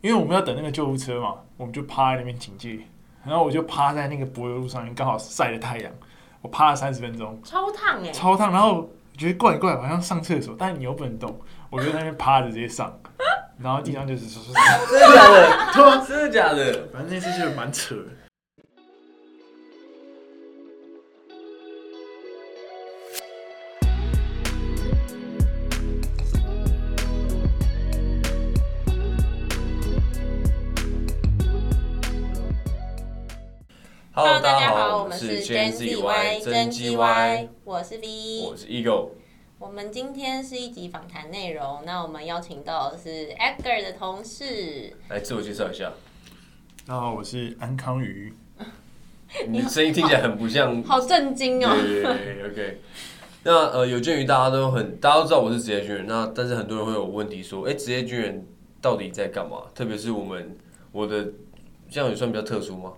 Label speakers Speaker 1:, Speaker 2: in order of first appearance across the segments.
Speaker 1: 因为我们要等那个救护车嘛，我们就趴在那边警戒，然后我就趴在那个柏油路上面，刚好晒着太阳，我趴了三十分钟，
Speaker 2: 超烫哎、
Speaker 1: 超烫，然后觉得怪怪，好像上厕所，但你又不能动，我就在那边趴着直接上，然后地上就是，
Speaker 3: 真的假的？ 真的假的？
Speaker 1: 反正那次就蛮扯的。
Speaker 3: Hello，
Speaker 2: 大
Speaker 3: 大
Speaker 2: 家
Speaker 3: 家
Speaker 2: 好，
Speaker 3: 好，
Speaker 2: 我们是
Speaker 3: Gen
Speaker 2: ZY
Speaker 3: 真
Speaker 2: GY，我是 V，
Speaker 3: 我是 Ego。
Speaker 2: 我们今天是一集访谈内容，那我们邀请到的是 Edgar 的同事，
Speaker 3: 来自我介绍一 下，
Speaker 1: 然后我是安康鱼，
Speaker 3: 你的声音听起来很不像。
Speaker 2: 好震惊
Speaker 3: 对
Speaker 2: 哦！
Speaker 3: 对对对，OK。那呃，有鉴于大家都很，大家都知道我是职业军人，那但是很多人会有问题说，哎、职业军人到底在干嘛？特别是我们，我的这样也算比较特殊吗？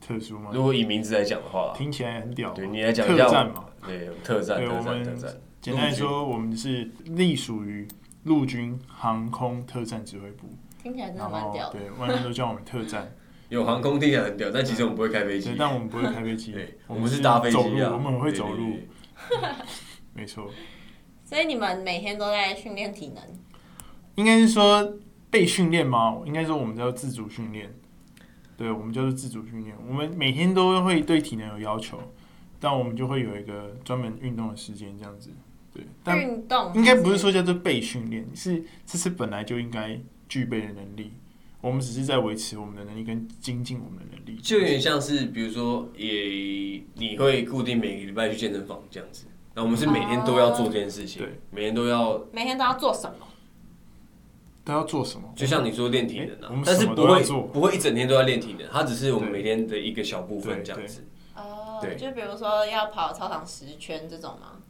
Speaker 1: 特殊吗？
Speaker 3: 如果以名字来讲的话啦，
Speaker 1: 听起来很屌嘛。
Speaker 3: 对你来讲一
Speaker 1: 特
Speaker 3: 下
Speaker 1: 战嘛。
Speaker 3: 对，特战，
Speaker 1: 对
Speaker 3: 特
Speaker 1: 我
Speaker 3: 战，
Speaker 1: 们
Speaker 3: 特战。
Speaker 1: 简单来说，我们是隶属于陆军航空特战指挥部，
Speaker 2: 听起来真的
Speaker 1: 然
Speaker 2: 蛮
Speaker 1: 后
Speaker 2: 屌的。
Speaker 1: 对外面都叫我们特战，
Speaker 3: 有航空听起来很屌，但其实我们不会开飞
Speaker 1: 对
Speaker 3: 机，，
Speaker 1: 但我们不会开飞机
Speaker 3: 对，，
Speaker 1: 我
Speaker 3: 我们是
Speaker 1: 是
Speaker 3: 搭飞机
Speaker 1: 走路，
Speaker 3: 啊，
Speaker 1: 我们会
Speaker 3: 对
Speaker 1: 走。
Speaker 3: 对
Speaker 1: 路
Speaker 3: 对，
Speaker 1: 没错。
Speaker 2: 所以你们每天都在训练体能，
Speaker 1: 应该是说被训练吗？应该说我们叫自主训练，对，我们叫做自主训练。我们每天都会对体能有要求，但我们就会有一个专门运动的时间，这样子。对，但
Speaker 2: 运动
Speaker 1: 应该不是说叫做被训练，是这是本来就应该具备的能力。我们只是在维持我们的能力跟精进我们的能力。
Speaker 3: 就有点像是，比如说，也你会固定每个礼拜去健身房这样子。那我们是每天都要做这件事情，
Speaker 1: 哦对，
Speaker 3: 每天都要，
Speaker 2: 每天都要做什么？
Speaker 1: 都要做什么？
Speaker 3: 就像你说练体能
Speaker 1: 哎
Speaker 3: 啊，
Speaker 1: 我们
Speaker 3: 但是
Speaker 1: 什么
Speaker 3: 不
Speaker 1: 都要
Speaker 3: 会
Speaker 1: 做
Speaker 3: 不会一整天都在练体能，它只是我们
Speaker 1: 对
Speaker 3: 每天的一个小部分
Speaker 1: 对
Speaker 3: 这样子。
Speaker 2: 哦
Speaker 3: 对
Speaker 2: 就比如说要跑操场十圈这种吗？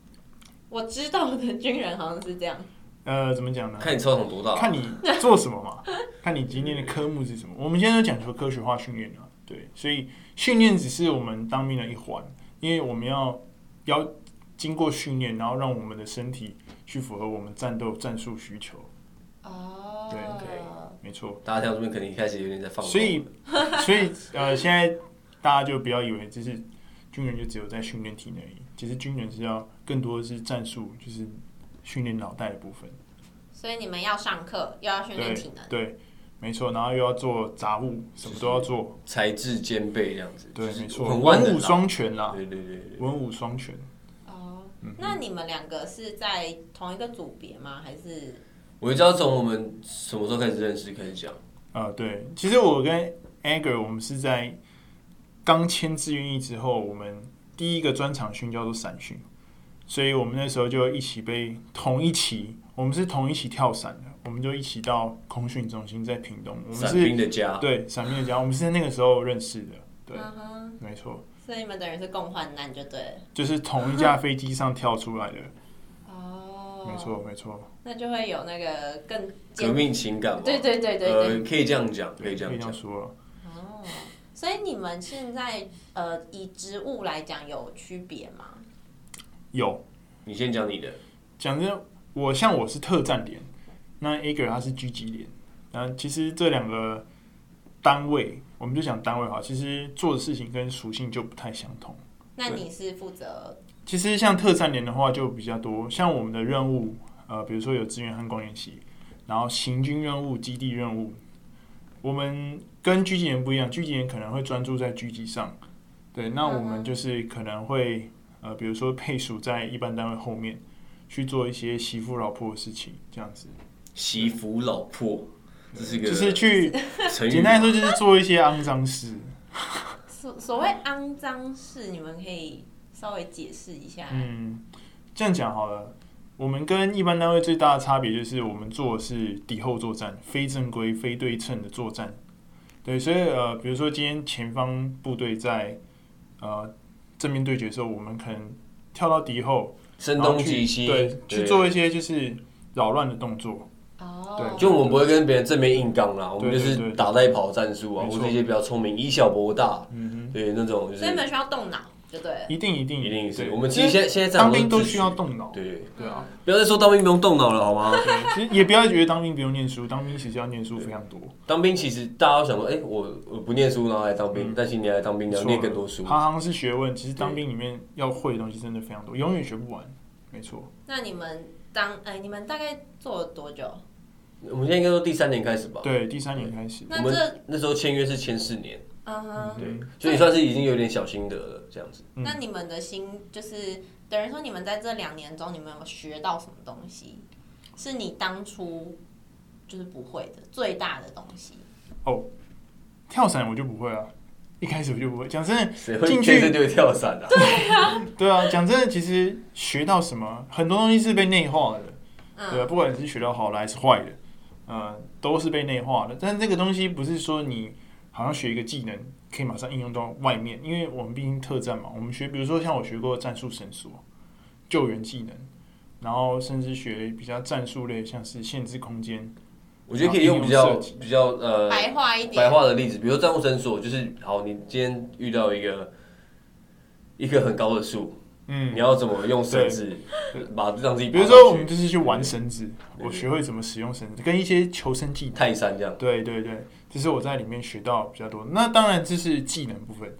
Speaker 2: 我知道的军人好像是这样，
Speaker 1: 呃，怎么讲呢？
Speaker 3: 看你操场多 大，
Speaker 1: 看你做什么嘛， 看你今天的科目是什么。我们现在都讲求科学化训练啊，对，所以训练只是我们当兵的一环，因为我们要要经过训练，然后让我们的身体去符合我们战斗战术需求，
Speaker 2: 哦
Speaker 1: 对
Speaker 3: 对
Speaker 1: 没错。
Speaker 3: 大家听到这边可能一开始有点在放空，
Speaker 1: 所以， 所以呃，现在大家就不要以为就是军人就只有在训练体能而已，其实军人是要更多的是战术，就是训练脑袋的部分。
Speaker 2: 所以你们要上课，又要训练体能，
Speaker 1: 对，没错，然后又要做杂物，什么都要做。
Speaker 3: 才智兼备这样子，
Speaker 1: 对
Speaker 3: 就，是
Speaker 1: 没错，
Speaker 3: 很万
Speaker 1: 文
Speaker 3: 能
Speaker 1: 武
Speaker 3: 啊
Speaker 1: 双全啦，
Speaker 3: 对对对对。
Speaker 1: 文武双全。
Speaker 2: 哦，
Speaker 1: 嗯
Speaker 2: 那你们两个是在同一个组别吗？还是
Speaker 3: 我就知道从我们什么时候开始认识开始讲，
Speaker 1: 啊、对，其实我跟 Agger 我们是在刚签志愿役之后，我们第一个专场训叫做伞训，所以我们那时候就一起被同一期，我们是同一期跳伞的，我们就一起到空训中心在屏东，我们
Speaker 3: 伞
Speaker 1: 是
Speaker 3: 兵的家，
Speaker 1: 对伞兵的家，我们是在那个时候认识的，对，
Speaker 2: 嗯哼，
Speaker 1: 没错，
Speaker 2: 所以你们等于是共患难就对了。
Speaker 1: 就是同一架飞机上跳出来的，
Speaker 2: 哦
Speaker 1: 没，错，没错，
Speaker 2: 那就会有那个更坚
Speaker 3: 革命情感嘛，
Speaker 2: 对对对对对。
Speaker 3: 呃，可以这样讲，可
Speaker 1: 对，
Speaker 3: 以这
Speaker 1: 可以
Speaker 3: 样
Speaker 1: 这样，
Speaker 3: 讲
Speaker 1: 说了。
Speaker 2: 哦，所以你们现在呃，以职务来讲有区别吗？
Speaker 1: 有，
Speaker 3: 你先讲你的，
Speaker 1: 讲真，我像我是特战连，那 Ager 他是狙击连，然后其实这两个单位，我们就讲单位哈，其实做的事情跟属性就不太相同。
Speaker 2: 那你是负责
Speaker 1: 其实像特战连的话就比较多，像我们的任务，呃，比如说有支援汉光演习，然后行军任务、基地任务，我们跟狙击连不一样，狙击连可能会专注在狙击上，对，那我
Speaker 2: 嗯哼
Speaker 1: 们就是可能会呃，比如说配属在一般单位后面去做一些媳妇老婆的事情，这样子，
Speaker 3: 媳妇老婆，这是一个
Speaker 1: 就是去
Speaker 3: 成语，啊
Speaker 1: 简单来说就是做一些肮脏事，
Speaker 2: 所所谓肮脏事，你们可以稍微解释一下。
Speaker 1: 嗯，这样讲好了。我们跟一般单位最大的差别就是，我们做的是敌后作战，非正规、非对称的作战。对，所以呃，比如说今天前方部队在呃正面对决的时候，我们可能跳到敌后，
Speaker 3: 声
Speaker 1: 然后
Speaker 3: 东
Speaker 1: 去
Speaker 3: 击西，
Speaker 1: 对，去做一些就是扰乱的动作。
Speaker 2: 哦
Speaker 1: 对，
Speaker 3: 就我们不会跟别人正面硬刚啦，我们就
Speaker 1: 对对
Speaker 3: 是
Speaker 1: 对
Speaker 3: 打带跑战术啊，
Speaker 1: 没
Speaker 3: 或
Speaker 1: 错
Speaker 3: 者一些比较聪明以小博大，
Speaker 1: 嗯
Speaker 3: 对那种就
Speaker 2: 所以你
Speaker 3: 是
Speaker 2: 们需要动脑。就对了。
Speaker 1: 一定一定
Speaker 3: 一定是
Speaker 1: 对
Speaker 3: 我们其实现在现在在
Speaker 1: 当
Speaker 3: 很多
Speaker 1: 兵都
Speaker 3: 自
Speaker 1: 需要
Speaker 3: 学
Speaker 1: 动脑，
Speaker 3: 对对，
Speaker 1: 对啊，
Speaker 3: 不要再说当兵不用动脑了 好吗？
Speaker 1: 对其实也不要觉得当兵不用念书，当兵其实要念书非常多，
Speaker 3: 当兵其实大家都想说，哎、我我不念书，然后来当
Speaker 1: 嗯
Speaker 3: 兵，但其实你来当兵，你要念更多书。
Speaker 1: 行行是学问，其实当兵里面要会的东西真的非常多，永远学不完，没错。
Speaker 2: 那你们当哎、你们大概做了多久？
Speaker 3: 我们现在应该说第三年开始吧，
Speaker 1: 对，第三年开始，
Speaker 2: 那
Speaker 3: 我们
Speaker 2: 这
Speaker 3: 那时候签约是签四年，
Speaker 2: 嗯哼，
Speaker 3: 对
Speaker 1: 嗯，
Speaker 3: 所以算是已经有点小心得了，这样子。
Speaker 1: 嗯
Speaker 2: 那你们的心就是等于说，你们在这两年中，你们有学到什么东西？是你当初就是不会的最大的东西？
Speaker 1: 跳伞我就不会啊，一开始我就不会。讲真的，
Speaker 3: 谁会
Speaker 1: 进去
Speaker 3: 健身就会跳伞啊？
Speaker 1: 对啊，讲真的，其实学到什么，很多东西是被内化的，对啊吧、
Speaker 2: 嗯，
Speaker 1: 不管你是学到好的还是坏的，呃，都是被内化的。但这个东西不是说你好像学一个技能可以马上应用到外面，因为我们毕竟特战嘛，我们学，比如说像我学过战术绳索、救援技能，然后甚至学比较战术类，像是限制空间，
Speaker 3: 我觉得可以用比较
Speaker 1: 应用设计
Speaker 3: 比较呃
Speaker 2: 白话一
Speaker 3: 白
Speaker 2: 点，
Speaker 3: 话的例子，比如说战务绳索，就是好，你今天遇到一个一棵很高的树，
Speaker 1: 嗯
Speaker 3: 你。要怎么用绳子
Speaker 1: 对
Speaker 3: 把让自己
Speaker 1: 比如
Speaker 3: 爬上
Speaker 1: 说，我
Speaker 3: 去
Speaker 1: 们就是去玩绳子，
Speaker 3: 对
Speaker 1: 我学会怎么使用绳子，跟一些求生技能。
Speaker 3: 泰山这样，
Speaker 1: 对对对，这是我在里面学到比较多。那当然这是技能部分，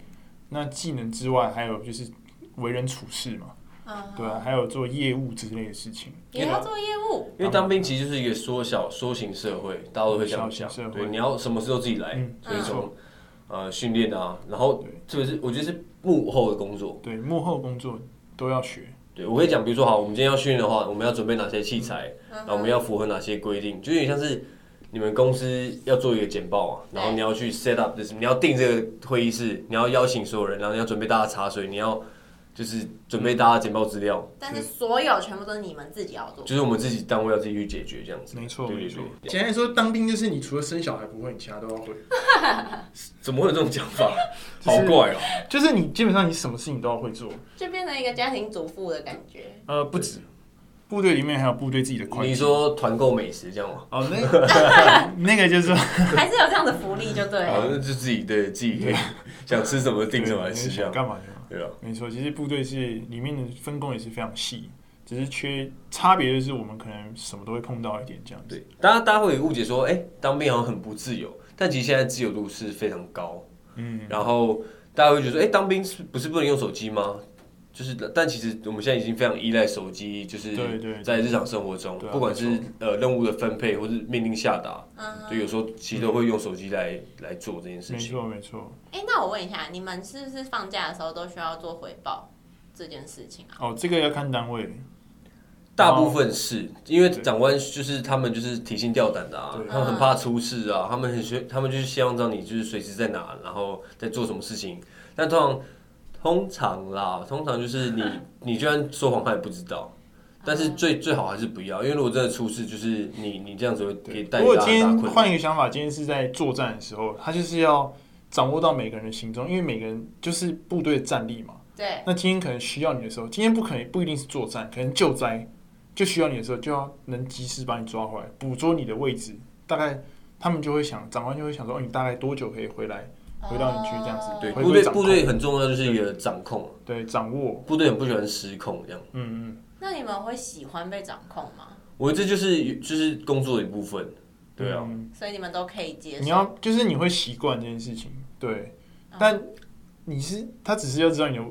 Speaker 1: 那技能之外还有就是为人处事嘛，
Speaker 2: 嗯，
Speaker 1: 对啊，还有做业务之类的事情。
Speaker 2: 也要做业务，
Speaker 3: 因为当兵其实就是一个缩小缩型社会，大家都会这样
Speaker 1: 小
Speaker 3: 想
Speaker 1: 型社，会
Speaker 3: 对，你要什么事都自己来，
Speaker 1: 嗯
Speaker 3: 所以
Speaker 2: 没
Speaker 3: 从呃训练啊，然后
Speaker 1: 对
Speaker 3: 特别是我觉得是幕后的工作，
Speaker 1: 对，幕后工作都要学。
Speaker 3: 对我可以讲，比如说好，我们今天要训练的话，我们要准备哪些器材，
Speaker 2: 嗯
Speaker 3: 然后我们要符合哪些规定，就有点像是你们公司要做一个简报嘛，
Speaker 2: 对
Speaker 3: 然后你要去 set up 就是你要定这个会议室，你要邀请所有人，然后你要准备大家茶水，你要就是准备大家简报资料，
Speaker 2: 但是所有全部都是你们自己要做。
Speaker 3: 就是我们自己单位要自己去解决这样子。
Speaker 1: 没错
Speaker 3: 对
Speaker 1: 没
Speaker 3: 对
Speaker 1: 错
Speaker 3: 对。。
Speaker 1: 简单来说，当兵就是你除了生小孩不会，你其他都要会。
Speaker 3: 怎么会有这种讲法？
Speaker 1: 就是
Speaker 3: 好怪哦、
Speaker 1: 就是你基本上你什么事情都要会做。
Speaker 2: 就变成一个家庭主妇的感觉。
Speaker 1: 呃，不止，部队里面还有部队自己的会计。
Speaker 3: 你说团购美食这样吗？
Speaker 1: 哦，那那个 就是说
Speaker 2: 还是有这样的福利，就对
Speaker 3: 啊，
Speaker 2: 了。
Speaker 3: 那就自己对自己可以 想吃什么定什么来
Speaker 1: 对你
Speaker 3: 吃这
Speaker 1: 想
Speaker 3: 样，
Speaker 1: 干嘛就干嘛
Speaker 3: 对吧？啊
Speaker 1: 没错，其实部队是里面的分工也是非常细，只是缺差别就是我们可能什么都会碰到一点这样子。
Speaker 3: 对，大家大家会误解说，哎、当兵好像很不自由，但其实现在自由度是非常高。
Speaker 1: 嗯，
Speaker 3: 然后大家会觉得说，哎、当兵是不是不能用手机吗？就是，但其实我们现在已经非常依赖手机，就是
Speaker 1: 对对对
Speaker 3: 在日常生活中，
Speaker 1: 对啊
Speaker 3: 不管是
Speaker 1: 没
Speaker 3: 呃任务的分配或是命令下达，
Speaker 2: 嗯，
Speaker 3: 就有时候其实都会用手机来来做这件事
Speaker 1: 没
Speaker 3: 情。
Speaker 1: 错没错。
Speaker 2: 哎、那我问一下，你们是不是放假的时候都需要做回报这件事情啊？
Speaker 1: 哦，这个要看单位，
Speaker 3: 大部分是因为
Speaker 1: 对
Speaker 3: 长官就是他们就是提心吊胆的啊
Speaker 1: 对，
Speaker 3: 他们很怕出事啊，他们很希他们就是希望让你就是随时在哪，然后在做什么事情。但通常通常啦，通常就是 你你就算说谎他也不知道，但
Speaker 2: 嗯
Speaker 3: 是最最好还是不要，因为如果真的出事，就是你你这样子会给带啊
Speaker 1: 如果
Speaker 3: 给大
Speaker 1: 今
Speaker 3: 家大
Speaker 1: 天
Speaker 3: 困
Speaker 1: 换
Speaker 3: 扰。
Speaker 1: 一个想法，今天是在作战的时候，他就是要掌握到每个人的行踪，因为每个人就是部队的战力嘛。
Speaker 2: 对，
Speaker 1: 那今天可能需要你的时候，今天不可能不一定是作战，可能救灾就需要你的时候，就要能及时把你抓回来，捕捉你的位置。大概他们就会想，长官就会想说，哦，你大概多久可以回来，回到你去这样
Speaker 2: 哦
Speaker 1: 子
Speaker 3: 对
Speaker 1: 会
Speaker 3: 部
Speaker 1: 不会
Speaker 3: 队
Speaker 1: 掌控
Speaker 3: 部队很重要，就是一个掌控，
Speaker 1: 对，掌握，
Speaker 3: 部队很不喜欢失控这样。
Speaker 1: 嗯嗯，
Speaker 2: 那你们会喜欢被掌控吗？
Speaker 3: 我这就是就是工作的一部分，对啊。
Speaker 1: 嗯
Speaker 2: 所以你们都可以接受。
Speaker 1: 你要就是你会习惯这件事情，对，
Speaker 2: 嗯
Speaker 1: 但你是他只是要知道你的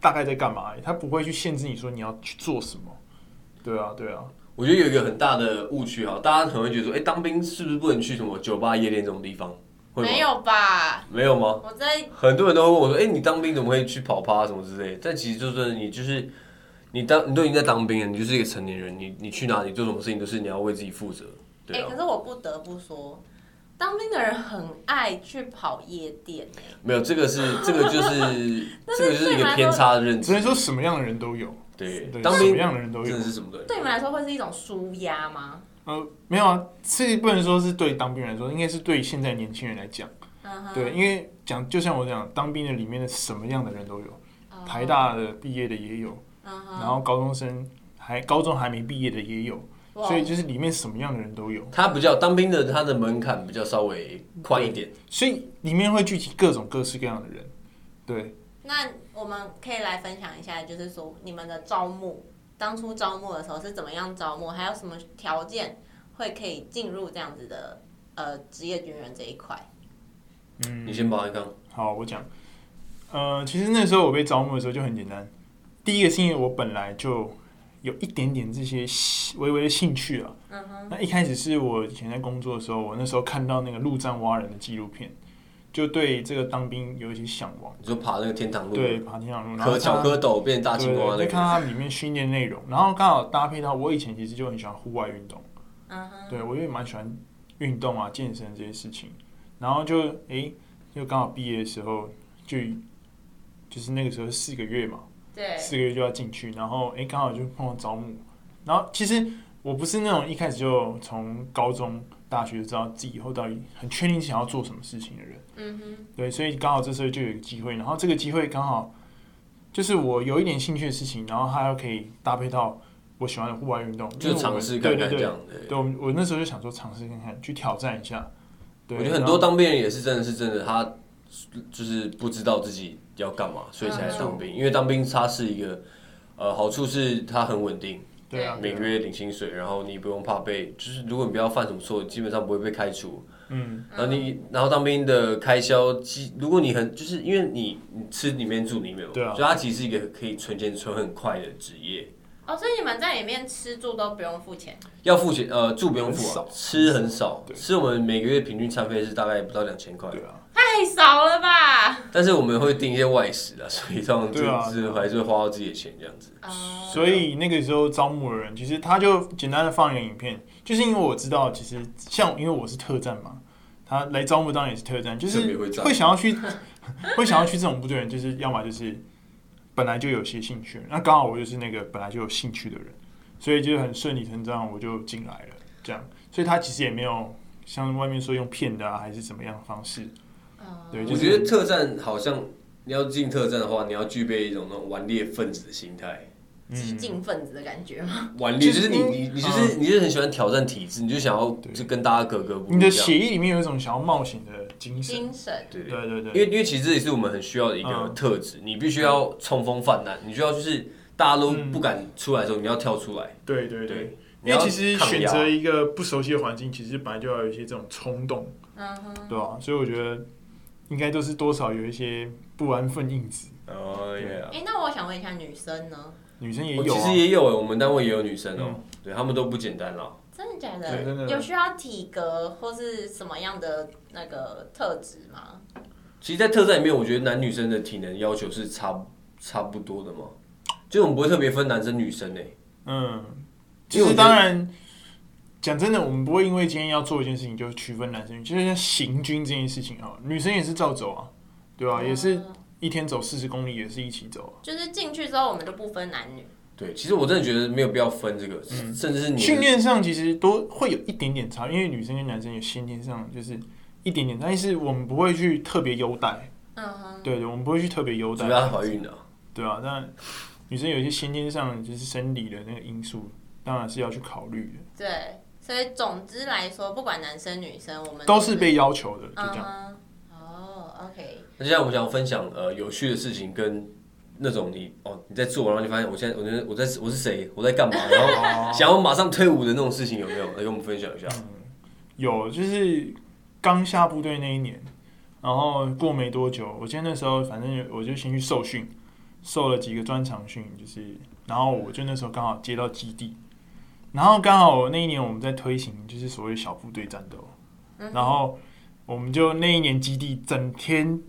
Speaker 1: 大概在干嘛而已，他不会去限制你说你要去做什么，对啊，对啊，
Speaker 3: 我觉得有一个很大的误区哈，大家可能会觉得说，哎、当兵是不是不能去什么酒吧、夜店这种地方？会吗？
Speaker 2: 没有吧？
Speaker 3: 没有吗？
Speaker 2: 我在
Speaker 3: 很多人都会问我说，哎、你当兵怎么会去跑趴什么之类的？但其实就是你就是你当你都已经在当兵了，你就是一个成年人，你你去哪里做什么事情都是你要为自己负责，
Speaker 2: 哎、
Speaker 3: 对啊。
Speaker 2: 可是我不得不说，当兵的人很爱去跑夜店、欸，
Speaker 3: 没有，这个是这个就是
Speaker 2: 但是
Speaker 3: 这个就是一个偏差的认
Speaker 1: 只
Speaker 3: 知
Speaker 1: 能。说什么样的人都有，
Speaker 3: 对，
Speaker 1: 对，
Speaker 3: 当
Speaker 1: 什么
Speaker 3: 兵
Speaker 1: 样的人都
Speaker 3: 真
Speaker 1: 有
Speaker 3: 的，是什么的？
Speaker 2: 对你们来说会是一种舒压吗？
Speaker 1: 呃，没有啊，这不能说是对当兵人来说，应该是对现在年轻人来讲，
Speaker 2: 嗯哼，
Speaker 1: 对，因为讲就像我讲，当兵的里面的什么样的人都有，
Speaker 2: 哦
Speaker 1: 台，大的毕业的也有，
Speaker 2: 嗯哼，
Speaker 1: 然后高中生还高中还没毕业的也有，
Speaker 2: 哇
Speaker 1: 所以就是里面什么样的人都有。
Speaker 3: 他比较当兵的，他的门槛比较稍微宽一点。
Speaker 1: 所以里面会聚集各种各式各样的人，对，
Speaker 2: 那我们可以来分享一下，就是说你们的招募，当初招募的时候是怎么样招募，还有什么条件会可以进入这样子的呃职业军人这一块？
Speaker 1: 嗯，
Speaker 3: 你先把一刚，
Speaker 1: 好，我讲。呃，其实那时候我被招募的时候就很简单，第一个是因为我本来就有一点点这些兴微微的兴趣啊。
Speaker 2: 嗯哼，
Speaker 1: 那一开始是我以前在工作的时候，我那时候看到那个陆战蛙人的纪录片，就对这个当兵有一些向往。
Speaker 3: 你就爬那个天堂路，
Speaker 1: 对，爬天堂路，然后
Speaker 3: 可巧
Speaker 1: 看
Speaker 3: 蝌蚪变大青蛙
Speaker 1: 对，
Speaker 3: 那
Speaker 1: 就看
Speaker 3: 个，
Speaker 1: 它里面训练内容，然后刚好搭配到我以前其实就很喜欢户外运动。
Speaker 2: 嗯哼，
Speaker 1: 对我也蛮喜欢运动啊、健身这些事情。然后就诶，就刚好毕业的时候，就就是那个时候四个月嘛，
Speaker 2: 对，
Speaker 1: 四个月就要进去。然后诶，刚好就碰到招募。然后其实我不是那种一开始就从高中、大学就知道自己以后到底很确定想要做什么事情的人。
Speaker 2: 嗯哼，
Speaker 1: 对，所以刚好这时候就有一个机会，然后这个机会刚好就是我有一点兴趣的事情，然后它又可以搭配到我喜欢的户外运动，因
Speaker 3: 就
Speaker 1: 为我
Speaker 3: 尝试
Speaker 1: 对对
Speaker 3: 看看
Speaker 1: 对
Speaker 3: 这，样。对
Speaker 1: 对，我们我那时候就想说尝试看看，去挑战一下。对，
Speaker 3: 我觉得很
Speaker 1: 然
Speaker 3: 多
Speaker 1: 后
Speaker 3: 当兵人也是真的是真的，他就是不知道自己要干嘛，所以才来当兵。因为当兵他是一个，呃，好处是他很稳定，
Speaker 1: 对啊，
Speaker 3: 每个月领薪水，然后你不用怕被，就是如果你不要犯什么错，基本上不会被开除。
Speaker 1: 嗯，
Speaker 3: 然后你，然后当兵的开销，基如果你很就是因为你你吃里面住里面嘛，
Speaker 1: 对啊
Speaker 3: 所以它其实是一个可以存钱存很快的职业。
Speaker 2: 哦，所以你们在里面吃住都不用付钱，
Speaker 3: 要付钱，呃，住不用付、啊
Speaker 1: 很少，
Speaker 3: 吃很少，
Speaker 1: 对
Speaker 3: 吃我们每个月平均餐费是大概不到两千块，
Speaker 1: 对啊，
Speaker 2: 太少了吧？
Speaker 3: 但是我们会订一些外食啊，所以通常
Speaker 1: 对啊
Speaker 3: 就是还是会花到自己的钱这样子。
Speaker 2: 哦
Speaker 1: 所以那个时候招募的人，其实他就简单的放一个影片，就是因为我知道，其实像因为我是特战嘛，他来招募当然也是特战，就
Speaker 3: 特
Speaker 1: 是
Speaker 3: 别会战
Speaker 1: 会想要去 会想要去这种部队的人，就是要么就是本来就有些兴趣，那刚好我就是那个本来就有兴趣的人，所以就很顺理成章我就进来了，这样，所以他其实也没有像外面说用骗的啊，还是怎么样的方式。
Speaker 2: 哦
Speaker 1: 对
Speaker 3: 我
Speaker 1: 就是
Speaker 3: 觉得特战好像你要进特战的话，你要具备一种那种顽劣分子的心态。
Speaker 1: 嗯
Speaker 2: 激进分子的感觉 吗？
Speaker 3: 顽
Speaker 1: 就
Speaker 3: 劣就是是你你你就是你就是很喜欢挑战体制，你就想要
Speaker 1: 嗯对
Speaker 3: 就跟大家格格不入
Speaker 1: 你的
Speaker 3: 这样
Speaker 1: 血液里面有一种想要冒险的精神，
Speaker 2: 精神，
Speaker 3: 对
Speaker 1: 对对
Speaker 3: 因
Speaker 1: 对，
Speaker 3: 为因为其实这也是我们很需要的一个
Speaker 1: 嗯
Speaker 3: 特质，你必须要冲锋犯难，你需要就是大家都不敢出来的时候，你要跳出来。
Speaker 1: 对嗯对对。
Speaker 3: 对，你
Speaker 1: 因为
Speaker 3: 要
Speaker 1: 其实
Speaker 3: 抗
Speaker 1: 选
Speaker 3: 压
Speaker 1: 择一个不熟悉的环境，其实本来就要有一些这种冲动，
Speaker 2: 嗯哼。
Speaker 1: 对吧、所以我觉得应该都是多少有一些不安分因子，
Speaker 3: 哦耶啊
Speaker 2: 哎、那我想问一下女生呢？
Speaker 1: 女生也
Speaker 3: 我
Speaker 1: 有
Speaker 3: 其
Speaker 1: 啊
Speaker 3: 实。也有欸，我们单位也有女生
Speaker 1: 嗯
Speaker 3: 哦，对他们都不简单啦。
Speaker 2: 真的假
Speaker 1: 对真的
Speaker 2: 的？有需要体格或是什么样的那个特质吗？
Speaker 3: 其实，在特战里面，我觉得男女生的体能要求是差差不多的嘛，就我们不会特别分男生女生欸诶、
Speaker 1: 嗯，其
Speaker 3: 因为我
Speaker 1: 实
Speaker 3: 觉得
Speaker 1: 当然，讲真的，我们不会因为今天要做一件事情就区分男生，女生，就像行军这件事情啊，女生也是照走啊，对吧、也是
Speaker 2: 嗯
Speaker 1: 一天走四十公里，也是一起走啊、
Speaker 2: 就是进去之后我们就不分男女。
Speaker 3: 对，其实我真的觉得没有必要分这个，甚至是你
Speaker 1: 嗯训练上其实都会有一点点差，因为女生跟男生有先天上就是一点点，但是我们不会去特别优待，
Speaker 2: 嗯哼，
Speaker 1: 对对，我们不会去特别优
Speaker 3: 除
Speaker 1: 待
Speaker 3: 非。她怀孕了、
Speaker 1: 对啊，那女生有一些先天上就是生理的那个因素，当然是要去考虑
Speaker 2: 对。所以总之来说，不管男生女生，我
Speaker 1: 的，
Speaker 2: 们
Speaker 1: 都是被要求的，就这样。
Speaker 2: 嗯哼，哦，OK，
Speaker 3: 那现在我们想要分享呃有趣的事情跟那种你哦你在做，然后你发现我现在我觉得我在我是谁，我在 干嘛，然后
Speaker 1: 哦嗯
Speaker 3: 想要马上退伍的那种事情有没有？来跟我们分享一下。
Speaker 1: 有就是刚下部队那一年，然后过没多久，我记得那时候反正我就先去受训，受了几个专场训，就是然后我就那时候刚好接到基地，然后刚好那一年我们在推行就是所谓小部队战斗，
Speaker 2: 嗯
Speaker 1: 然后我们就那一年基地整天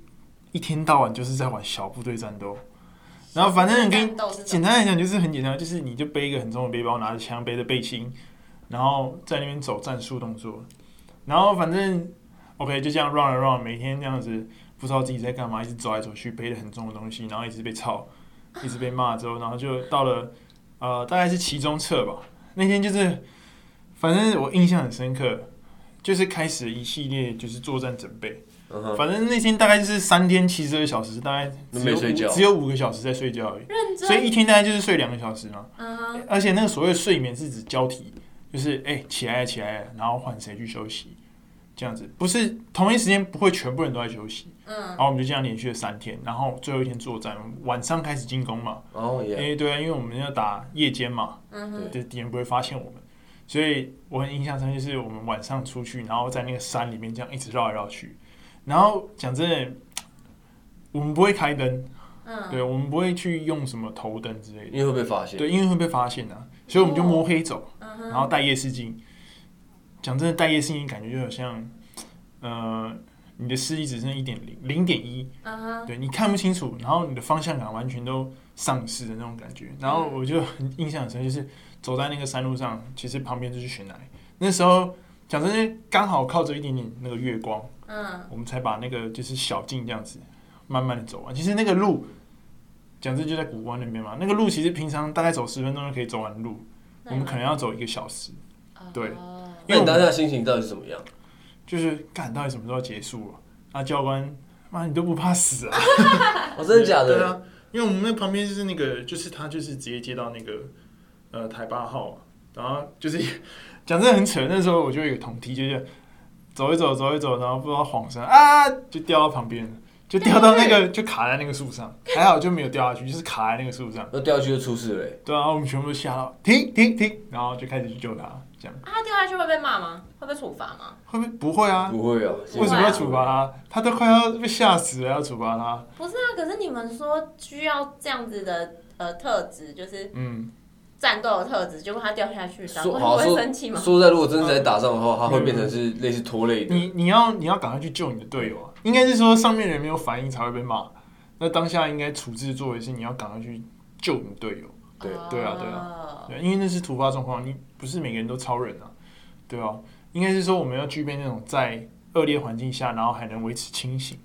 Speaker 1: 一天到晚就是在玩小部队战斗，然后反正跟
Speaker 2: 战斗是什
Speaker 1: 简
Speaker 2: 么
Speaker 1: 单来讲就是很简单，就是你就背一个很重的背包，拿着枪，背着背心，然后在那边走战术动作，然后反正 OK 就这样 run 来 run，每天这样子不知道自己在干嘛，一直走来走去，背着很重的东西，然后一直被操，一直被骂之后，然后就到了呃大概是期中测吧，那天就是反正我印象很深刻，就是开始一系列就是作战准备，
Speaker 3: 嗯哼，
Speaker 1: 反正那天大概就是三天七十二小时，大概
Speaker 3: 都
Speaker 1: 只
Speaker 3: 没
Speaker 1: 有
Speaker 3: 睡觉
Speaker 1: 五只有五个小时在睡觉而已。
Speaker 2: 认
Speaker 1: 所以
Speaker 2: 真，
Speaker 1: 一天大概就是睡两个小时嘛。
Speaker 2: 嗯哼，
Speaker 1: 而且那个所谓的睡眠是指交替，就是哎、起来了起来了，然后换谁去休息，这样子，不是同一时间不会全部人都在休息，
Speaker 2: 嗯
Speaker 1: 然后我们就这样连续了三天，然后最后一天作战，晚上开始进攻嘛，
Speaker 3: 哦
Speaker 1: 因
Speaker 3: 耶，
Speaker 1: 为对啊，因为我们要打夜间嘛，
Speaker 2: 嗯
Speaker 3: 对
Speaker 2: 哼，
Speaker 1: 就敌人不会发现我们，所以我很印象深刻，就是我们晚上出去，然后在那个山里面这样一直绕来绕去，然后讲真的，我们不会开灯，
Speaker 2: 嗯，
Speaker 1: 对，我们不会去用什么头灯之类的，
Speaker 3: 因为会被发现。
Speaker 1: 对，因为会被发现啊，所以我们就摸黑走。
Speaker 2: 嗯
Speaker 1: 然
Speaker 2: 哼，
Speaker 1: 后戴夜视镜，讲真的，戴夜视镜感觉就好像，呃，你的视力只剩一点零零点一，
Speaker 2: 嗯哼，
Speaker 1: 对你看不清楚，然后你的方向感完全都丧失的那种感觉。然
Speaker 3: 嗯
Speaker 1: 后我就很印象很深，就是走在那个山路上，其实旁边就是悬崖，那时候讲真的，刚好靠着一点点那个月光，
Speaker 2: 嗯，
Speaker 1: 我们才把那个就是小径这样子慢慢的走完。其实那个路。讲真就在古关那边嘛，那个路其实平常大概走十分钟就可以走完的路，我们可能要走一个小时。对
Speaker 2: 哦
Speaker 1: 因
Speaker 3: 那
Speaker 1: 为我们
Speaker 3: 你当下心情到底是怎么样？
Speaker 1: 就是干到底什么时候结束啊？啊，教官，妈你都不怕死啊？
Speaker 3: 哦，真的假
Speaker 1: 对
Speaker 3: 的？
Speaker 1: 啊，因为我们那旁边就是那个，就是他就是直接接到那个呃台八号嘛，然后就是 讲真的很扯。那时候我就有一个同梯，就是走一走走一走，然后不知道晃神啊，就掉到旁边了，就掉到那个就卡在那个树上，还好就没有掉下去，就是卡在那个树上。
Speaker 3: 那掉下去就出事了欸。
Speaker 1: 对啊，我们全部都吓到，停停停，然后就开始去救他，这样
Speaker 2: 啊，他掉下去会被骂吗？会被处罚吗？
Speaker 1: 会不会不会啊？
Speaker 3: 不会啊，
Speaker 1: 为什么要处罚他？他都快要被吓死了，要处罚他。
Speaker 2: 不是啊，可是你们说需要这样子的呃特质，就是
Speaker 1: 嗯，
Speaker 2: 战斗的特质，结果他掉下去，然后
Speaker 3: 说
Speaker 2: 你
Speaker 3: 好
Speaker 2: 会
Speaker 3: 说
Speaker 2: 生气吗？
Speaker 3: 说实在，如果真的在打仗的话，它会变成是类似拖累的。
Speaker 1: 你你要你要赶快去救你的队友啊！应该是说上面人没有反应才会被骂，那当下应该处置作为是你要赶快去救你队友，
Speaker 3: 对
Speaker 1: 对啊对
Speaker 2: 啊，
Speaker 1: 对，因为那是突发状况，你不是每个人都超人啊，对啊，应该是说我们要具备那种在恶劣环境下，然后还能维持清醒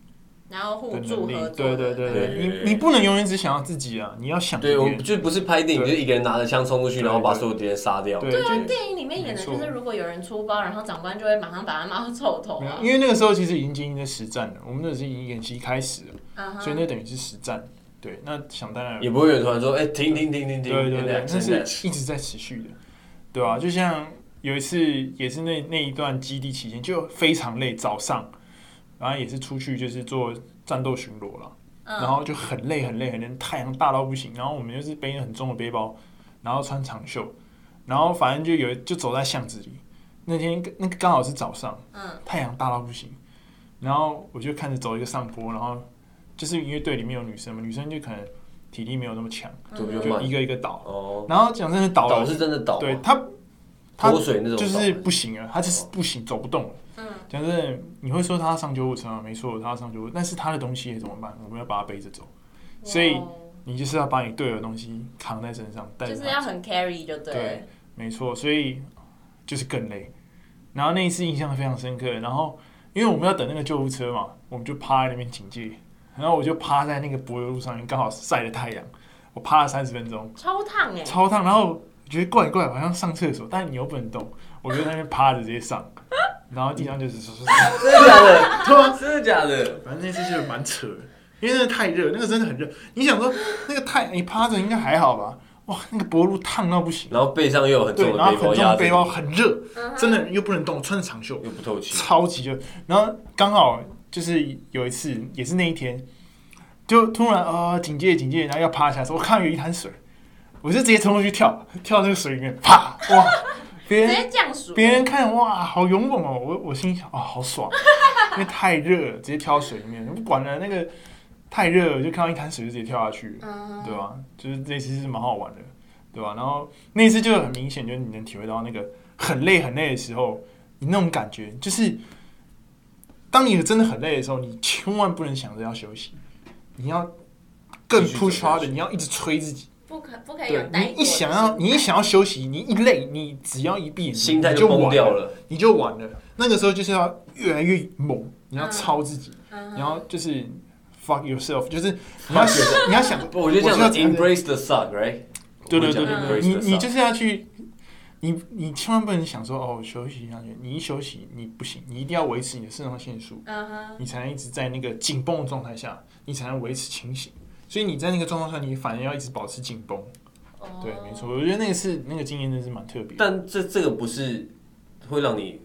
Speaker 2: 然后
Speaker 1: 的
Speaker 2: 互助
Speaker 1: 能力
Speaker 2: 合。作
Speaker 1: 对对对
Speaker 2: 的，
Speaker 3: 对
Speaker 1: 对，
Speaker 3: 对
Speaker 1: 你你不能永远只想要自己啊，你要想别
Speaker 3: 对，我
Speaker 1: 人
Speaker 3: 们。就不是拍电影，就
Speaker 1: 对
Speaker 3: 是一个人拿着枪冲出去，
Speaker 1: 对
Speaker 3: 然后把所有敌人杀掉。
Speaker 1: 对
Speaker 2: 对啊
Speaker 1: 就，
Speaker 2: 电影里面演的就是，如果有人出包，然后长官就会马上把他骂到臭 头
Speaker 1: 没
Speaker 2: 啊
Speaker 1: 有，。因为那个时候其实已经进行在实战了，我们那是已经演习开始了，
Speaker 2: 嗯
Speaker 1: 所以
Speaker 2: 哼，
Speaker 1: 那等于是实战。对，那想当然了
Speaker 3: 也不会有人突然说：“哎，停停停停停！”
Speaker 1: 对对对，
Speaker 3: 现
Speaker 1: 那
Speaker 3: 在现在
Speaker 1: 是一直在持续的，对啊，就像有一次也是那那一段基地期间就非常累，早上，然后也是出去就是做战斗巡逻了，然
Speaker 2: 嗯，
Speaker 1: 后就很累很累很累，太阳大到不行，然后我们就是背很重的背包，然后穿长袖，然后反正就有就走在巷子里，那天那个刚好是早上，
Speaker 2: 嗯，
Speaker 1: 太阳大到不行，然后我就看着走一个上坡，然后就是因为队里面有女生嘛，女生就可能体力没有那么强，
Speaker 3: 左边
Speaker 1: 就
Speaker 3: 慢
Speaker 1: 一个一个倒。
Speaker 3: 哦，
Speaker 1: 然后讲真的倒了，
Speaker 3: 倒是真的倒，
Speaker 1: 对他他
Speaker 3: 脱水那种倒，
Speaker 1: 就是不行了，他就是不行，走不动了。
Speaker 2: 嗯，
Speaker 1: 讲真的，你会说他上救护车吗？没错，他上救护，但是他的东西怎么办？我们要把他背着走，所以你就是要把你队友的东西扛在身上，带
Speaker 2: 就
Speaker 1: 着
Speaker 2: 是
Speaker 1: 他
Speaker 2: 要很 carry 就对了
Speaker 1: 对。没错，所以就是更累。然后那一次印象非常深刻，然后因为我们要等那个救护车嘛，我们就趴在那边警戒，然后我就趴在那个柏油路上面，刚好晒着太阳，我趴了三十分钟。
Speaker 2: 超烫哎、
Speaker 1: 超烫，然后我觉得怪怪，好像上厕所，但你又不能动，我就在那边趴着直接 上，然后地上就是说，
Speaker 3: 真的假的？真的假的？
Speaker 1: 反正那次就是蛮扯的，因为那个太热，那个真的很热。你想说那个太你趴着应该还好吧？哇，那个脖路烫到不行，
Speaker 3: 然后背上又有很
Speaker 1: 对，
Speaker 3: 重
Speaker 1: 然后
Speaker 3: 的背
Speaker 1: 很
Speaker 3: 包
Speaker 1: 重
Speaker 3: 压
Speaker 1: 的
Speaker 3: 着
Speaker 1: 背，包很热，
Speaker 2: 嗯哼
Speaker 1: 真的又不能动，穿着长袖，
Speaker 3: 又不透气，
Speaker 1: 超级热。然后刚好就是有一次，也是那一天，就突然呃警戒警戒，然后要趴下的时候，我看到有一滩水，我就直接冲过去跳，跳到那个水里面，啪！哇，别
Speaker 2: 直
Speaker 1: 人
Speaker 2: 接降暑。
Speaker 1: 别人看哇，好勇猛哦！我我心想啊、好爽，因为太热了，直接跳到水里面，不管了那个太热了，就看到一滩水就直接跳下去了，
Speaker 2: 嗯
Speaker 1: 对吧、啊就是这次是蛮好玩的，对啊吧、然后那次就很明显，就是你能体会到那个很累很累的时候，你那种感觉，就是当你真的很累的时候，你千万不能想着要休息，你要更
Speaker 3: 继续走
Speaker 1: push
Speaker 3: 下
Speaker 1: hard，
Speaker 3: 去
Speaker 1: 你要一直催自己。
Speaker 2: 不可不可以有
Speaker 1: 对
Speaker 2: 哎带
Speaker 1: 你一想要，你一想要休息，你一累，你只要一闭眼睛，
Speaker 3: 心态
Speaker 1: 你就
Speaker 3: 就崩
Speaker 1: 完
Speaker 3: 掉了。
Speaker 1: 你就完了。那个时候就是要越来越猛，你要
Speaker 2: 嗯
Speaker 1: 超自己，
Speaker 2: 嗯
Speaker 1: 然后就是 fuck yourself，就是你 要想，你要想，
Speaker 3: 我觉得这
Speaker 1: 我
Speaker 3: 样
Speaker 1: 知
Speaker 3: 子
Speaker 1: 道
Speaker 3: embrace the suck，right？
Speaker 1: 对对对对
Speaker 2: 我讲
Speaker 1: 对，
Speaker 3: embrace
Speaker 1: 你
Speaker 3: the
Speaker 1: 你
Speaker 3: suck
Speaker 1: 就是要去，你你千万不能想说哦我休息一下，你一休息你不行，你一定要维持你的肾上腺素，
Speaker 2: 嗯哼，
Speaker 1: 你才能一直在那个紧绷的状态下，你才能维持清醒。所以你在那个状况下，你反而要一直保持紧绷。
Speaker 2: 哦
Speaker 1: 对，没错，。我觉得那个是那个经验真的是蛮特别的。
Speaker 3: 但这这个不是会让你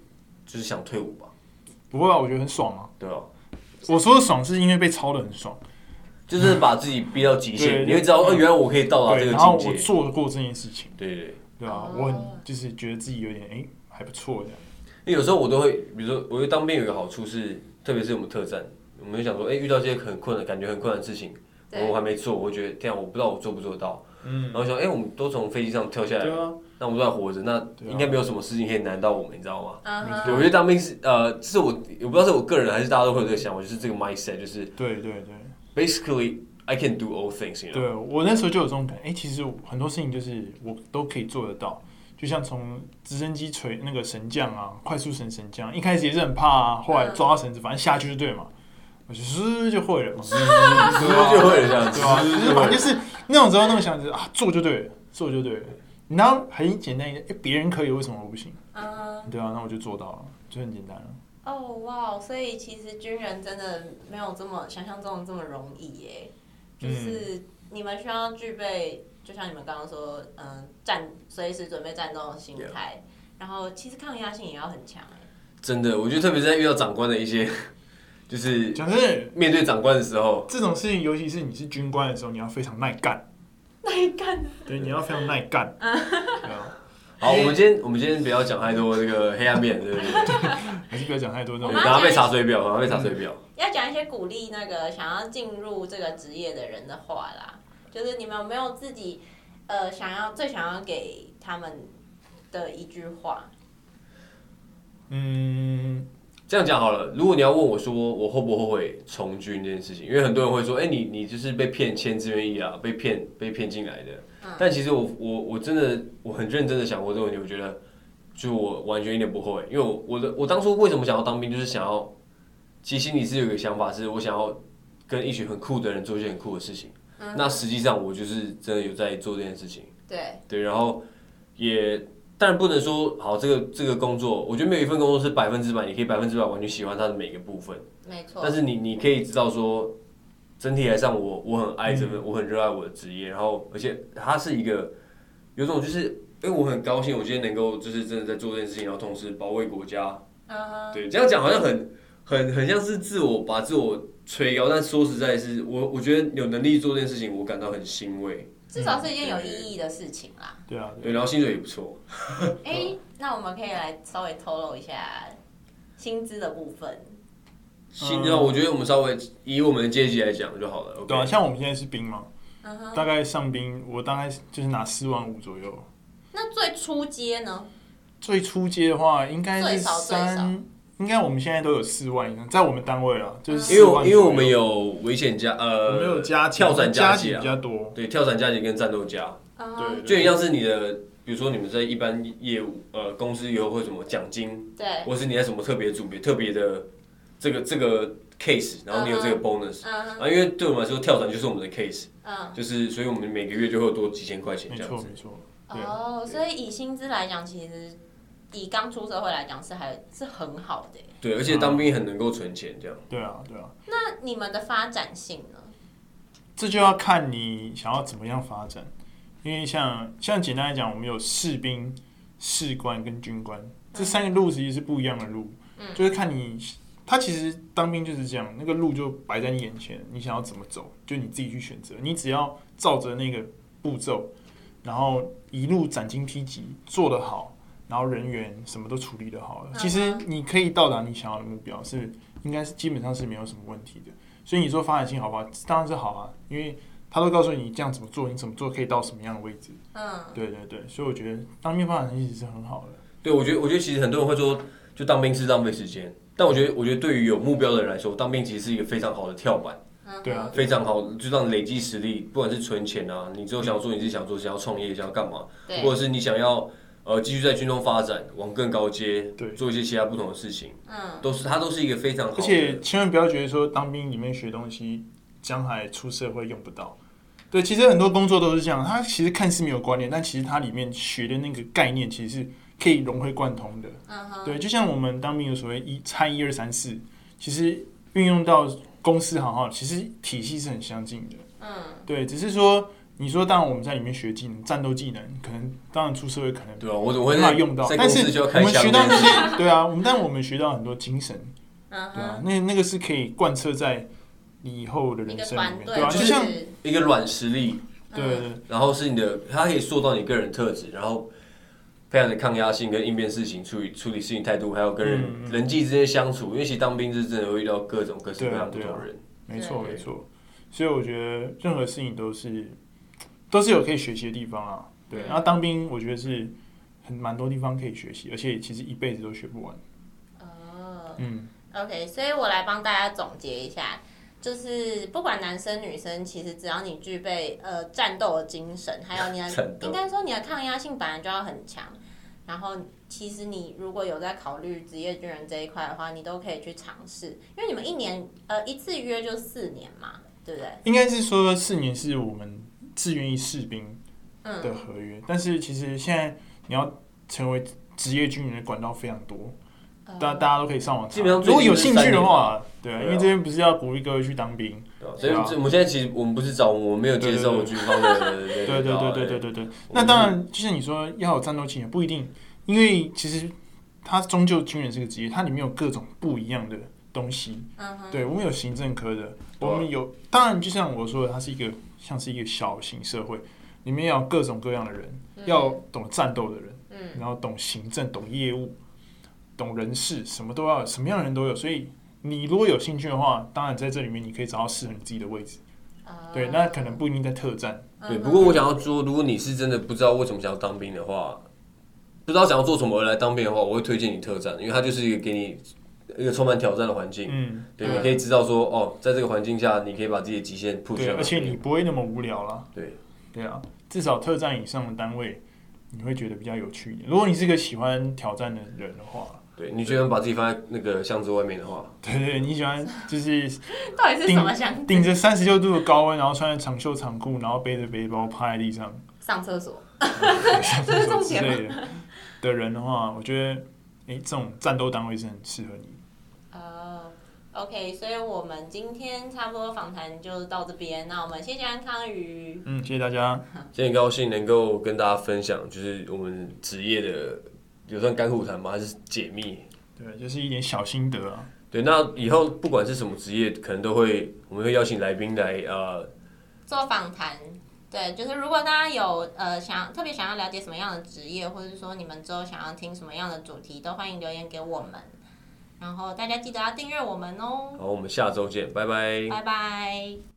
Speaker 3: 就是想退伍吧？
Speaker 1: 不会啊，我觉得很爽啊。
Speaker 3: 对啊，
Speaker 1: 我说的爽是因为被抄的很爽，
Speaker 3: 就是把自己逼到
Speaker 1: 对嗯
Speaker 3: 极限，你会知道，哦，原来我可以到达这
Speaker 1: 对，
Speaker 3: 个
Speaker 1: 然后
Speaker 3: 境
Speaker 1: 我
Speaker 3: 界。
Speaker 1: 做过这件事情，
Speaker 3: 对对对，
Speaker 1: 对啊，
Speaker 2: 哦
Speaker 1: 我很就是觉得自己有点哎还不错这样。
Speaker 3: 因为有时候我都会，比如说，我觉得当兵有一个好处是，特别是我们特战，我们就想说，哎，遇到这些很困难、感觉很困难的事情，
Speaker 2: 哦对
Speaker 3: 我还没做，我会觉得天啊，我不知道我做不做得到。
Speaker 1: 嗯，
Speaker 3: 然后想，哎，我们都从飞机上跳下来
Speaker 1: 对，啊，
Speaker 3: 那我们都还活着，那
Speaker 1: 对啊
Speaker 3: 应该没有什么事情可以难到我们，你知道吗？
Speaker 2: 嗯
Speaker 3: 对，我
Speaker 2: 哼，
Speaker 3: 觉得当兵是呃，是我我不知道是我个人还是大家都会有这个想法，就是这个 mindset，就是
Speaker 1: 对对对。
Speaker 3: basically I can do all things，you know？
Speaker 1: 对我那时候就有这种感觉，哎、其实我很多事情就是我都可以做得到，就像从直升机垂那个绳降啊，快速绳绳降，一开始也是很怕啊，后来抓到绳子，反正下去就对嘛，我就嘶就会了嘛，
Speaker 3: 是不是啊就会有这样子
Speaker 1: 对吧、？
Speaker 3: 是
Speaker 1: 就是反正
Speaker 3: 不是会
Speaker 1: 就是那种时候那种想法，啊，做就对了，做就对了。你然后很简单一个，哎、别人可以，为什么我不行？
Speaker 2: 嗯，
Speaker 1: 对啊，那我就做到了，就很简单了。
Speaker 2: 哦哇，所以其实军人真的没有这么想象中的这么容易耶，就
Speaker 3: 嗯
Speaker 2: 是你们需要具备，就像你们刚刚说，嗯，战随时准备战斗的心态，然后其实抗压性也要很强耶。
Speaker 3: 真的，我觉得特别是在遇到长官的一些， 就是
Speaker 1: 讲真的，
Speaker 3: 面对长官的时候，
Speaker 1: 这种事情，尤其是你是军官的时候，你要非常耐干，
Speaker 2: 那你干
Speaker 1: 对，你要非常耐干，对啊。
Speaker 3: 好，我们今天我们今天不要讲太多这个黑暗面，对不对？
Speaker 1: 还是不要讲太多这
Speaker 2: 我
Speaker 1: 种
Speaker 3: 对
Speaker 2: 妈。
Speaker 3: 等下被查水表，等下被查水表。
Speaker 2: 要讲一些鼓励那个想要进入这个职业的人的话啦，就是你们有没有自己呃想要最想要给他们的一句话？
Speaker 1: 嗯，
Speaker 3: 这样讲好了，如果你要问我说我会不后悔从军这件事情，因为很多人会说，哎、你你就是被骗签志愿役啊，被骗被骗进来的。但其实我我我真的我很认真的想过这个问题，我觉得就我完全一点不后悔，因为我我的我当初为什么想要当兵，就是想要，其实心里是有一个想法，是我想要跟一群很酷的人做一些很酷的事情。那实际上我就是真的有在做这件事情。
Speaker 2: 嗯对，
Speaker 3: 对，然后也，但不能说好这个这个工作，我觉得没有一份工作是百分之百，你可以百分之百完全喜欢它的每个部分，
Speaker 2: 没错
Speaker 3: 但，是你你可以知道说，整体来上我我很爱这份，我很热爱我的职业，然后而且它是一个有种就是。因为我很高兴，我今天能够就是真的在做这件事情，然后同时保卫国家。
Speaker 2: 嗯哼，
Speaker 3: 对，这样讲好像很很很像是自我把自我吹高，但说实在是我我觉得有能力做这件事情，我感到很欣慰。
Speaker 2: 至少是一
Speaker 3: 嗯
Speaker 2: 件有意义的事情啦。
Speaker 1: 对啊，
Speaker 3: 对，然后薪水也不错。
Speaker 2: 哎、那我们可以来稍微透露一下薪资的部分。
Speaker 3: 薪资的话，我觉得我们稍微以我们的阶级来讲就好了。OK
Speaker 1: 嗯对啊，像我们现在是兵嘛，
Speaker 2: 嗯哼，
Speaker 1: 大概上兵，我大概就是拿四万五左右。
Speaker 2: 那最初阶呢？
Speaker 1: 最初阶的话，应该
Speaker 2: 最
Speaker 1: 是
Speaker 2: 少最少
Speaker 1: 三，应该我们现在都有四万以上，在我们单位啦，
Speaker 2: 嗯
Speaker 1: 就是
Speaker 3: 因
Speaker 1: 四
Speaker 3: 为我
Speaker 1: 万
Speaker 3: 因
Speaker 1: 左右。
Speaker 3: 为我们有危险加
Speaker 1: 我
Speaker 3: 呃，
Speaker 1: 们有加级
Speaker 3: 跳伞加级
Speaker 1: 级
Speaker 3: 啊
Speaker 1: 比，较多，
Speaker 3: 对，跳伞加级跟战斗加，
Speaker 2: 嗯哼，
Speaker 1: 对，
Speaker 3: 就
Speaker 1: 对
Speaker 3: 一样是你的，比如说你们在一般业务呃公司有会什么奖金，
Speaker 2: 对，
Speaker 3: 或是你在什么特别组别特别的这个这个 case，然后你有这个 bonus
Speaker 2: 嗯哼，
Speaker 3: 啊，因为对我们来说跳伞就是我们的 case，
Speaker 2: 嗯，
Speaker 3: 就是所以我们每个月就会多几千块钱
Speaker 1: 没
Speaker 3: 这
Speaker 1: 错
Speaker 3: 样子
Speaker 1: 没。错，对
Speaker 2: 哦，所以以薪资来讲，其实以刚出社会来讲是还是很好的耶。欸
Speaker 3: 对，而且当兵很能够存钱这样。
Speaker 1: 对啊对啊，
Speaker 2: 那你们的发展性呢？
Speaker 1: 这就要看你想要怎么样发展，因为像像简单来讲，我们有士兵、士官跟军官这三个路，其实是不一样的路，
Speaker 2: 嗯
Speaker 1: 就是看你。他其实当兵就是这样，那个路就摆在你眼前，你想要怎么走，就你自己去选择。你只要照着那个步骤，然后一路斩荆棘棘，做得好，然后人员什么都处理得好了，
Speaker 2: 嗯哼
Speaker 1: 其实你可以到达你想要的目标，是应该是基本上是没有什么问题的。所以你说发展性好不好？当然是好啊，因为他都告诉你这样怎么做，你怎么做可以到什么样的位置。
Speaker 2: 嗯，
Speaker 1: 对对对，所以我觉得当面发展性其实是很好的。
Speaker 3: 对，我觉得，我觉得其实很多人会说，就当兵是浪费时间。但我觉得，我觉得对于有目标的人来说，当兵其实是一个非常好的跳板，
Speaker 2: 嗯
Speaker 1: 对啊，
Speaker 3: 非常好，就让你累积实力，不管是存钱啊，你之后想要做你自己想做，想要创业，想要干嘛，
Speaker 2: 对
Speaker 3: 或者是你想要呃继续在军中发展，往更高阶，
Speaker 1: 对
Speaker 3: 做一些其他不同的事情，
Speaker 2: 嗯，
Speaker 3: 都是它都是一个非常好
Speaker 1: 而
Speaker 3: 的。
Speaker 1: 且千万不要觉得说当兵里面学东西，将来出社会用不到。对，其实很多工作都是这样，它其实看似没有关联，但其实它里面学的那个概念其实是可以融会贯通的。
Speaker 2: 嗯哼，
Speaker 1: 对，就像我们当兵有所谓一参一二三四，其实运用到公司行号，其实体系是很相近的。
Speaker 2: 嗯，
Speaker 1: 对，只是说你说，当然我们在里面学技能、战斗技能，可能当然出社会可能
Speaker 3: 对啊，我怎么
Speaker 1: 没
Speaker 3: 会
Speaker 1: 办法
Speaker 3: 在
Speaker 1: 用到，
Speaker 3: 在
Speaker 1: 但
Speaker 3: 公
Speaker 1: 是
Speaker 3: 司就要
Speaker 1: 我
Speaker 3: 开
Speaker 1: 们
Speaker 3: 箱
Speaker 1: 学
Speaker 3: 这
Speaker 1: 到
Speaker 3: 件
Speaker 1: 那
Speaker 3: 事情？
Speaker 1: 些，对啊，我们但我们学到很多精神，
Speaker 2: 嗯
Speaker 1: 对啊
Speaker 2: 哼，，
Speaker 1: 那那个是可以贯彻在你以后的
Speaker 2: 一
Speaker 1: 人
Speaker 2: 个
Speaker 1: 生里
Speaker 2: 团
Speaker 1: 面，
Speaker 2: 队
Speaker 1: 对啊，
Speaker 2: 就嗯
Speaker 1: 就是像
Speaker 3: 一个软实力，
Speaker 1: 对对，对
Speaker 3: 然后是你的，它可以塑造你个人特质，然后培养你的抗压性跟应变事情、处理处理事情态度，还有跟人、
Speaker 1: 嗯嗯
Speaker 3: 人际之间相处。因为其实当兵是真的会遇到各种各式各样不
Speaker 1: 对啊
Speaker 3: 同
Speaker 1: 对啊
Speaker 3: 人，
Speaker 1: 没错
Speaker 3: 对
Speaker 1: 没错。所以我觉得任何事情都是都是有可以学习的地方啊。对，
Speaker 2: 嗯
Speaker 1: 然后当兵我觉得是很蛮多地方可以学习，而且其实一辈子都学不完。
Speaker 2: 哦
Speaker 1: 嗯，
Speaker 2: ，OK，所以我来帮大家总结一下，就是不管男生女生，其实只要你具备呃战斗的精神，还有你
Speaker 3: 战
Speaker 2: 的
Speaker 3: 斗
Speaker 2: 应该说你的抗压性本来就要很强。然后，其实你如果有在考虑职业军人这一块的话，你都可以去尝试，因为你们一年呃一次约就四年嘛，对不对？
Speaker 1: 应该是说四年是我们自愿意士兵
Speaker 2: 嗯，
Speaker 1: 的合约，但是其实现在你要成为职业军人的管道非常多。
Speaker 2: 呃
Speaker 1: 大大家都可以上网查。
Speaker 3: 基本上最
Speaker 1: 如果有
Speaker 3: 近
Speaker 1: 兴
Speaker 3: 就是
Speaker 1: 趣的话，对
Speaker 3: 年
Speaker 1: 啊，
Speaker 3: 嘛
Speaker 1: 因为这边不是要鼓励各位去当兵，
Speaker 3: 对吧所以
Speaker 1: 对啊
Speaker 3: 这我们现在其实我们不是招募，我们没有接受
Speaker 1: 对
Speaker 3: 军方 的那个，
Speaker 1: 对对对对对
Speaker 3: 对。
Speaker 1: 对对。
Speaker 3: 我们
Speaker 1: 那当然，就像你说要有战斗经验不一定，因为其实它终究军人是个职业，它里面有各种不一样的东西。
Speaker 2: 嗯哼，
Speaker 1: 对我们有行政科的，
Speaker 3: 对啊
Speaker 1: 我们有当然就像我说的，它是一个像是一个小型社会，里面要有各种各样的人，
Speaker 2: 嗯
Speaker 1: 要懂战斗的人。
Speaker 2: 嗯
Speaker 1: 然后懂行政、懂业务、懂人事，什么都要，什么样的人都有。所以你如果有兴趣的话，当然在这里面你可以找到适合你自己的位置。
Speaker 2: 啊
Speaker 1: 对，那可能不一定在特战，
Speaker 3: 对，
Speaker 2: 嗯
Speaker 3: 不过我想要说，如果你是真的不知道为什么想要当兵的话，不知道想要做什么而来当兵的话，我会推荐你特战，因为它就是一个给你一个充满挑战的环境。
Speaker 1: 嗯，
Speaker 3: 对，
Speaker 2: 嗯
Speaker 3: 你可以知道说，哦，在这个环境下，你可以把自己的极限 push
Speaker 1: 对，
Speaker 3: 到
Speaker 1: 而且你
Speaker 3: 哪
Speaker 1: 不会那么无聊啦。
Speaker 3: 边
Speaker 1: 对
Speaker 3: 对
Speaker 1: 啊，至少特战以上的单位，你会觉得比较有趣一点。如果你是个喜欢挑战的人的话，
Speaker 3: 对，你觉得把自己放在那个箱子外面的话，
Speaker 1: 对对，你喜欢就是
Speaker 2: 到底是什么想
Speaker 1: 顶着三十六度的高温，然后穿着长袖长裤，然后背着背包趴在地上，
Speaker 2: 上厕所？
Speaker 1: 这
Speaker 2: 是重点吗
Speaker 1: 类的的人的话，我觉得，诶，这种战斗单位是很适合你。
Speaker 2: 哦、o k 所以我们今天差不多访谈就到这边，那我们谢谢安康鱼。
Speaker 1: 嗯，谢谢大家。
Speaker 3: 今天很高兴能够跟大家分享，就是我们职业的，有算干苦谈吗？还是解密？
Speaker 1: 对，就是一点小心得啊。
Speaker 3: 对，那以后不管是什么职业，可能都会我们会邀请来宾来，呃，
Speaker 2: 做访谈。对，就是如果大家有呃想特别想要了解什么样的职业，或者是说你们之后想要听什么样的主题，都欢迎留言给我们。然后大家记得要订阅我们哦，
Speaker 3: 好，我们下周见，拜拜。
Speaker 2: 拜拜。